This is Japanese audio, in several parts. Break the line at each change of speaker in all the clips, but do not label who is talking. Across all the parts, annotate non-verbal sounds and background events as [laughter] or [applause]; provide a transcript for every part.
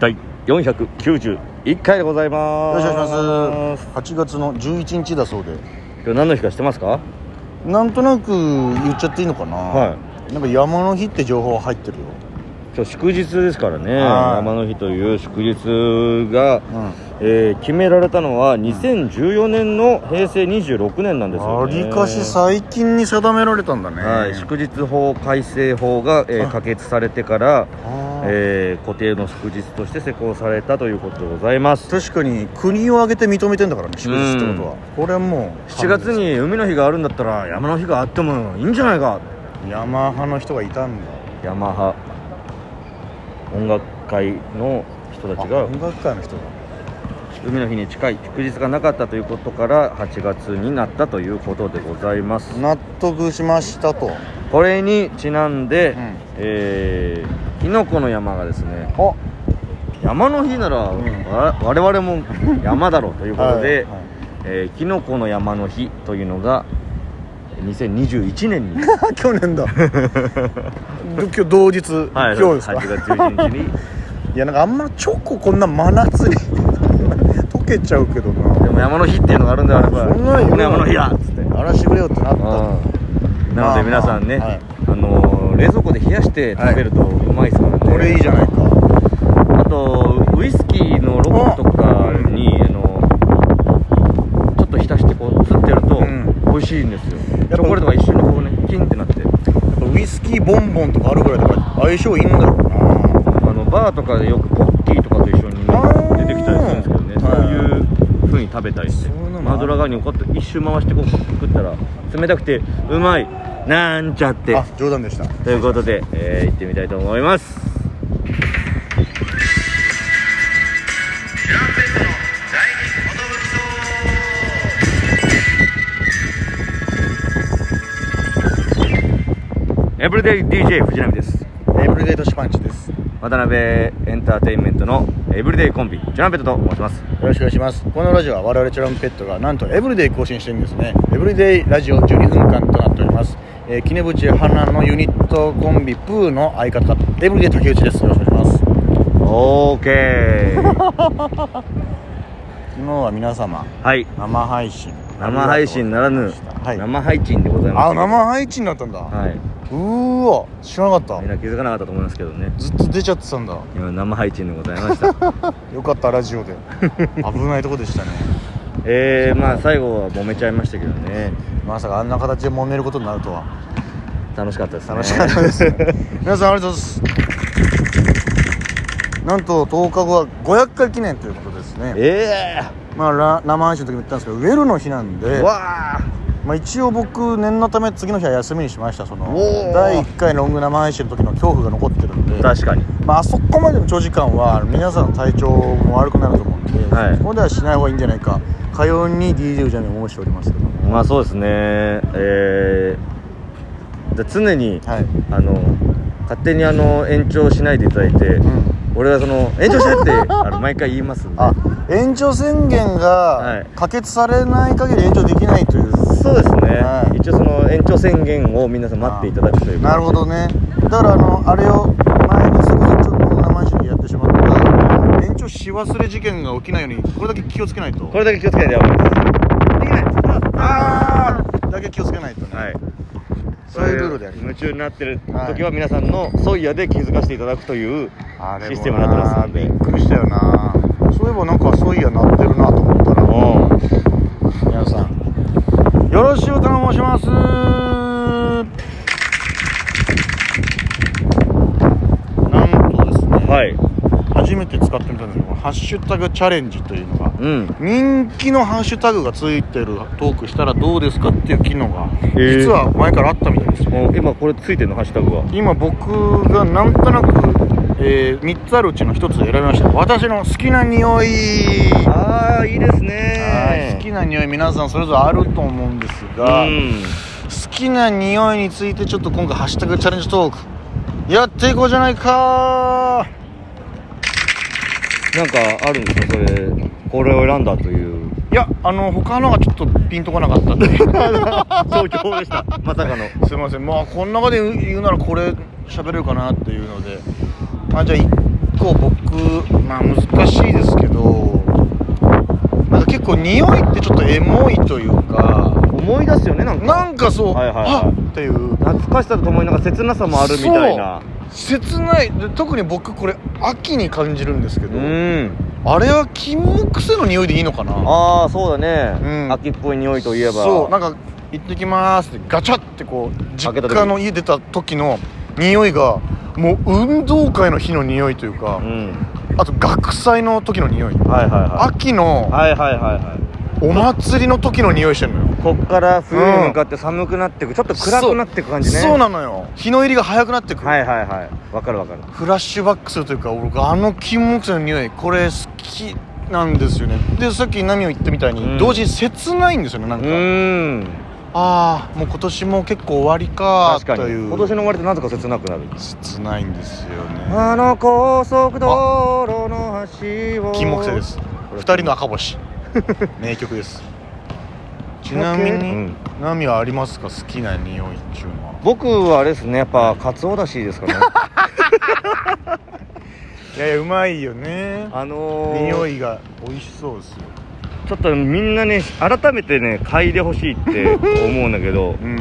第491回でござい
よ
ま
ろ
す
しくお願いします8月の11日だそうで
今日何の日か知ってますか
なんとなく言っちゃっていいのかな
は
なんか山の日って情報入ってるよ
今日祝日ですからね
はい
山の日という祝日が、
うん
えー決められたのは2014年の平成26年なんですよ
わ
ね
りかし最近に定められたんだね
はい、祝日法改正法が、えー
あ
可決されてから、
あー
えー固定の祝日として施行されたということでございます
確かに国を挙げて認めてんだからね祝日ってことはこれはもう
7月に海の日があるんだったら山の日があってもいいんじゃないか
山派の人がいたんだ
ヤマハ音楽界の人た
あ
ちが
音楽界の人だ
海の日に近い祝日がなかったということから8月になったということでございます
納得しましたと
これにちなんで、
うん
えーキノコの山がですね
お
山の日なら、
ん
わ我々も山だろうということで、
[laughs] はいはい
えーキノコの山の日というのが2021年に、
去年だど今日同日、
はい
[laughs] 今日ですか
8月11日に
いやなんかあんまチョコこんな真夏に [laughs] 溶けちゃうけど
で
な
も山の日っていうのがあるんだからやっぱ
そんなんよ
この山の日だっつって
あらしぶれよってなった
なので皆さんね、
まあ
あ
まあはい
のー冷蔵庫で冷やして食べるとうまいですからね、
これいいじゃないか
あとウイスキーのロゴとかに、あのーちょっと浸してこうつってやると
うん
美味しいんですよ、チ
ぱ
ョコレートが一緒にこうねキンってなって
やっぱウイスキーボンボンとかあるぐらいだから相性いいんだろう
あのバーとかでよくポッキーとかと一緒にね
あー
出てきたりするんですけどねそう
はい
いう風に食べたりして
そういうのもあ
マド
る
ラガニをこうやって一周回してこう食ったら冷たくてうまいなんちゃって
なあ冗談でした
ということで、えー行ってみたいと思いますエブリデイ DJ 藤波です
エブリデイトシパンチですよ
渡辺エンターテインメントのエブリデイコンビジュランペットと申します
ろしくお願いしますこのラジオは我々チュランペットがなんとエブリデイ更新してるんですねエブリデイラジオ12分間となっております、えー、キネブチ花のユニットコンビプーの相方エブリデイ竹内ですよろしくお願いします
オーケー
昨日は皆様
はい
生配信
生配信ならぬ、
はい、
生配信でございます
あ生配信だったんだ、
はいう
ーわ知らなかっ
みん
た
な気づかなかったと思いますけどね
ずっと出ちゃってたんだ
今生配信でございました
よかったラジ
[laughs]
オで危ないとこでしたね
えー、まあ最後は揉めちゃいましたけどね
まさかあんな形で揉めることになるとは
楽しかったですね
楽しかったです、皆さんありがとうございますなんと10日後は500回記念ということですね
え
まあら生配信の時も言ったんですけどウェルの日なん
え
で
わあ
まあ、一応僕念のため次の日は休みにしましたその
おー
第1回ロング生配信の時の恐怖が残ってるんで
確かに
まあ、あそこまでの長時間は皆さんの体調も悪くなると思うんで、
はい
そこではしない方がいいんじゃないかかように DJ じゃに申しておりますけども
まあそうですねえー、じゃあ常に
はい、
あの勝手にあの延長しないでいただいて、
うん、
俺がその延長しないって
[laughs]
あの毎回言いますんで
あ延長宣言
は
が
い
可決されない限り延長できないという、
そうですね、
はい
一応その延長宣言を皆さん待っていただくという
なるほどねだからあのあれを前にそこそちょっと生配信でやってしまった延長し忘れ事件が起きないようにこれだけ気をつけないと
これだけ気をつけないでやばいですできないです
ああだけ気をつけないとね、
はい
そういうルールでやりま
夢
す
中になってる時は皆さんのソイヤで気づかせていただくという
あれも
システムになってますんで
びっくりしたよなそういえばなんかソイヤ鳴ってるなと思ったら
うん
皆さんよろしゅうと申しますなんとですね、
はい
初めて使ってみたんですけどハッシュタグチャレンジというのが
うん
人気のハッシュタグがついてるトークしたらどうですかっていう機能が
へえ
実は前からあったみたいですよ
もう今これついてるのハッシュタグは
今僕がなんとなく、え3つあるうちの1つ選びました私の好きな匂い
ああいいです
はい
ね
好きな匂い皆さんそれぞれあると思うんですが、
うん
好きな匂いについてちょっと今回「ハッシュタグチャレンジトーク」やっていこうじゃないか
なんかあるんですかそれこれを選んだという
いやあの他のがちょっとピンとこなかったん
[laughs]
で
状況で [laughs] したまさかの
すいませんまあこの中で言う言うならこれ喋れるかなっていうのであじゃあ1個僕まあ難しいですけどなんか結構匂いってちょっとエモいというか
思い出すよねなんか
なんかそう、
はいはいはい
あっっていう
懐かしさとともになんか切なさもあるみたいな
切ないで特に僕これ秋に感じるんですけ
う
ど、
ん
あれは金木犀の匂いでいいのかな
ああそうだね、
うん
秋っぽい匂いといえば
そうなんか「行ってきます」ってガチャってこう実
開けた時
家の家出た時の匂いがもう運動会の日の匂いという
う
か、
ん
あと学祭の時の匂い
はいは
秋
い
の
はいはいはいはいはい
お祭りの時の匂いしてるのよ
こっから冬に向かって寒くなっていくちょっと暗くなっていく感じね
そうなのよ日の入りが早くなってくる、
はいはいはいわかるわかる
フラッシュバックするというか僕あの金木犀の匂いこれ好きなんですよねでさっきナミを言ったみたいに、
うん
同時に切ないんですよねなん
う
か、
ーん
ああもう今年も結構終わりか
確か
と
に
いう
今年の終わりってなぜか切なくなる
切ないんですよね
あの高速道路の端を
金木犀です
れ
二人の赤
[laughs]
星名曲ですちなみに、
うん
ナミはありますか好きな匂いっていうのは
僕はあれですねやっぱカツオだしです
[laughs]
かね
いやいやうまいよね
あのー、
匂いが美味しそうですよ
ちょっとみんなね改めてね嗅いでほしいって思うんだけど
うん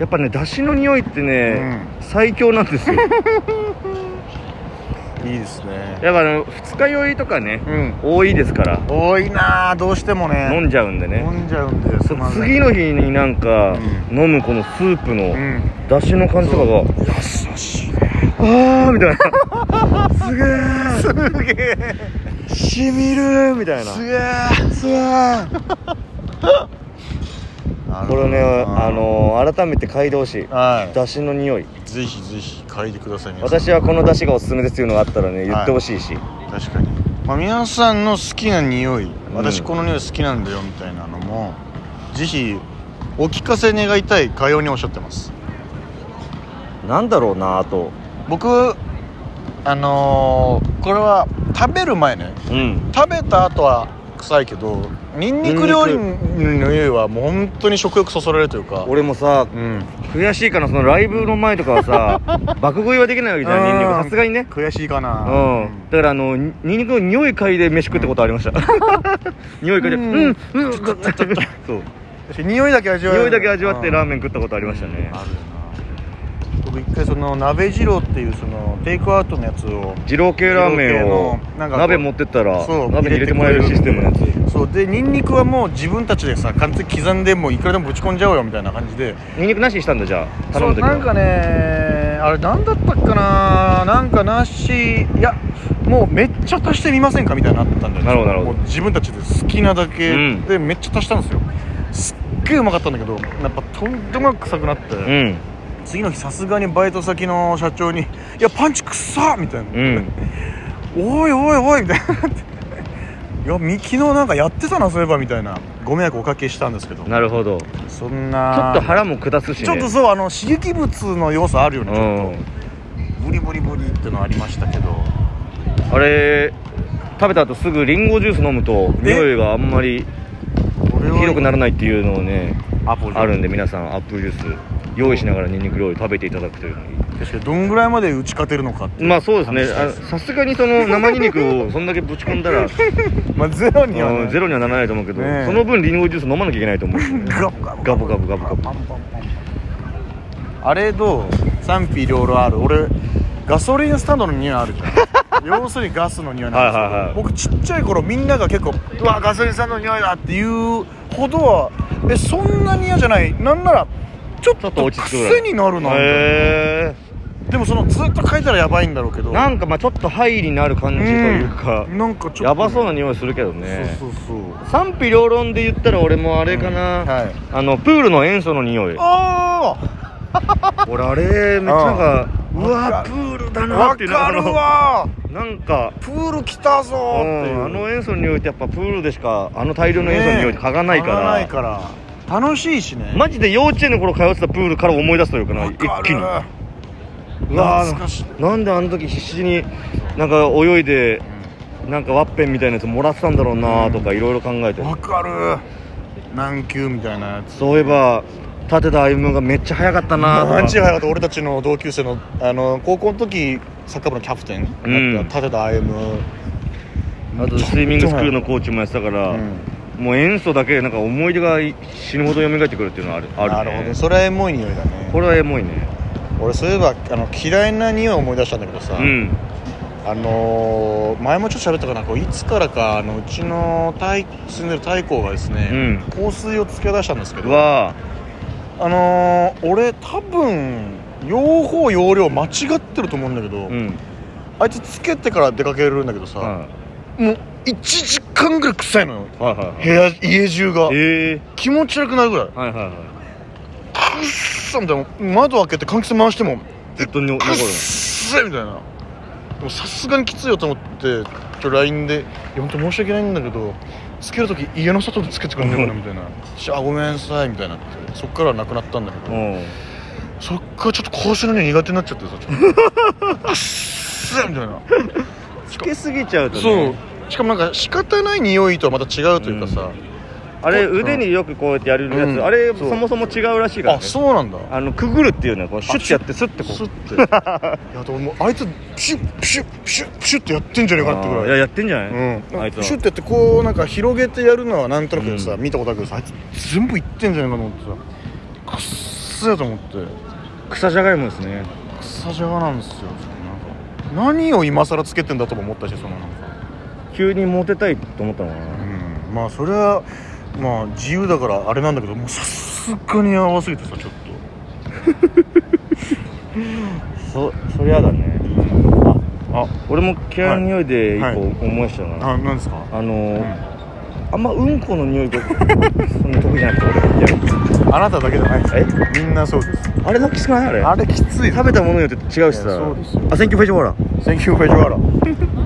やっぱねだしの匂いってね、最強なんですよ
いいですね
やっぱね二日酔いとかね
うん
多いですから
多いなあどうしてもね
飲んじゃうんでね
飲んじゃうんだよ
そう
まんない
次の日になんか
う
飲むこのスープの
うん
出汁の感じとかが
優しいね
あーみたいなすげ
すげえ
えしみるみた [laughs] いな
すげえすげえ [laughs]
これねあのー改めて嗅いでほしい
はい
出汁の匂い
ぜひぜひ嗅いでください皆さん
私はこの出汁がおすすめですっていうのがあったらね言ってほしいし
確かに、まあ、皆さんの好きな匂い
ん
私この匂い好きなんだよみたいなのも、ぜひお聞かせ願いたいかようにおっしゃってます
なんだろうなあと
僕あのーこれは食べる前ね
うん
食べた後は臭いけどニンニク料理
ニ
の匂いはもう本当に食欲そそられるというか
俺もさ
うん
悔しいからそのライブの前とかは [laughs] さ爆食いはできないわけじゃんニンニクさすがにね
悔しいか
う
な、
ん、だからあのにニンニクの匂い嗅いで飯食ったことあり [laughs] ました、匂い嗅いで
うん
うんうんうんそう
私匂いだけ味わえる
匂いだけ味わってラー
ン
メン食ったことありましたね
あるよな僕一回その鍋二郎っていうそのテイクアウトのやつを
二郎系ラーメンを
二郎系のなんかこう
鍋持ってったら
そう
鍋に入れてもらえるシステムのやつ
そうでニンニクはもう自分たちでさ完全に刻んでもういくらでもぶち込んじゃおうよみたいな感じで
ニンニクなしにしたんだじゃあ頼む時
なんか
は
ねあれ何だったっかななんかなしいやもうめっちゃ足してみませんかみたいになったんだよ
なるほどなるほど
もう自分たちで好きなだ
う
け
ん
でめっちゃ足したんですよ、すっげえうまかったんだけどやっぱとんでもなく臭くなって、
うん
次の日さすがにバイト先の社長に「いやパンチくっさ!」みたいな
うん
おいおいおいみたいな [laughs] いやみ昨日なんかやってたなそういえばみたいなご迷惑おかけしたんですけど
なるほどち
そん
ょ
な
っと腹も下すしね
ちょっとそうあの刺激物の要素あるよね
う
ちょ
ん
っとブリブリブリってのありましたけど
あれ食べた後すぐリンゴジュース飲むと
え
匂いがあんまり
これは
ひどくならないっていうのをね
アポ
あるんで皆さんアップルジュース用意しながらニンニク料理食べていただくというのに
確かにどんぐらいまで打ち勝てるのかって
まあそうですねあの
楽しみ
さすがにその生ニンニクをそんだけぶち込んだら
まあゼロには
うん
ね
ゼロにはならないと思うけど
ねえ
その分リンゴジュース飲まなきゃいけないと思うしね
ガブガブ
ガブガブガブガブ
パンパンパンあれどう賛否両論ある俺ガソリンスタンドの匂いあるじ
[laughs]
ゃん要するにガスの匂いなんですけど
はいはいはい
僕ちっちゃい頃みんなが結構「うわガソリンスタンドの匂いだ」っていうほどはえそんなに嫌じゃないなんならちょっ
ちょっ
と
と落ち着くぐら
癖
い
になるな
へ
でもそのずっと書いたらやばいんだろうけど
えなんかまあちょっとハイになる感じというか
んなんかちょっとね
やばそうな匂いするけどね
そうそうそう
賛否両論で言ったら俺もあれか
うんは
ないあのプールの塩素の匂い
ああ
俺あれめっちゃなんかう
わか
わ
る
プールだなっ
わ
ていうのが
か
あ
る
の
わ
なんか
プール来たぞ
う
ーっていうん
あの塩素の匂いってやっぱプールでしかあの大量の塩素の匂いって嗅がないか
嗅がない
ら
から楽しいしね
マジで幼稚園の頃通ってたプールから思い出すというかな
わ
一
かる
気にうわ
懐かしい
なんであの時必死になんか泳いでなんかワッペンみたいなやつもらってたんだろうなとかいろいろ考えて
わかる軟球みたいなやつ
そういえば立てた歩夢がめっちゃ速かったなとか
マジ早かった俺たちの同級生のあの高校の時サッカー部のキャプテン
うん
だった立てた歩夢
あとスイミングスクールのコーチもやってたから、もう塩素だけでなんか思い出が死ぬほど蘇ってくるっていうのはあるある、
なる
ね、
ほどねそれはエモい匂いだね
これはエモいね
俺そういえばあの嫌いな匂いを思い出したんだけどさ、
うん
あのー前もちょっと喋ったかなこういつからかあのうちのタイ住んでる太閤がです
う
ね、
ん
香水をつけ出したんですけ
う
ど
わ
あのー俺多分用法用量間違ってると思うんだけど、
ーうん
あいつつけてから出かけるんだけどさ、
は
もう1時間ぐらい臭いのよ
いはいはいはい
部屋家中が
え
気持ち悪くなるぐらい
ー、はいはいはい
くっさみたいな窓開けて換気扇回しても
ずっとに残
くっ
る
せみたいなでもさすがにきついよと思ってちょ LINE で「いや本当申し訳ないんだけどつける時家の外でつけてくんねこれ」みたいな「じゃあごめんなさい」みたいなってそっからはなくなったんだけど [laughs]
うん
そっからちょっと口臭の匂い苦手になっちゃってさちょっ [laughs] とくっせみたいな
つけすぎちゃうとね
そうしかもなんか仕方ない匂いとはまた違うというかさ、
あれ
うん
腕によくこうやってやるやつ、
うん
あれ
そう
そもそも違うらしいから、ね、
あそうなんだ
あのくぐるっていうのはこうシュッてやってスッてこう
スッて [laughs] いやでももうあいつピシュッピシュッピシュッピシュッってやってんじゃねえかなってぐら
あ
い
ーいややってんじゃない、
うん、
あいつ
シュ
は
ッてやってこうなんか広げてやるのはなんとなくさ、
うん
見たことあるけどさあいつ全部いってんじゃないかなと思ってさくっせえと思って
草じゃがいもですね
草じゃがなんですよなんか何を今更つけてんだとも思ったしそのなんか、
急にモテたいと思ったのかな
うん、まあそれはまあ自由だからあれなんだけどもうさすがに合わすぎてさちょっ
そそりゃだね
とあ
俺も嫌いな匂いで一
はい
個思い出したな、
あなんですか
あのー
うん
あんまうんこの匂いがそんな得意じゃなくて俺いや
あなただけじゃないです
え
みんなそうです
あれだけしかないあれ
あれきつい
食べたものによって違うし
いや
さ
そうですよ
あ選挙フェイジョーラ
選挙会場あら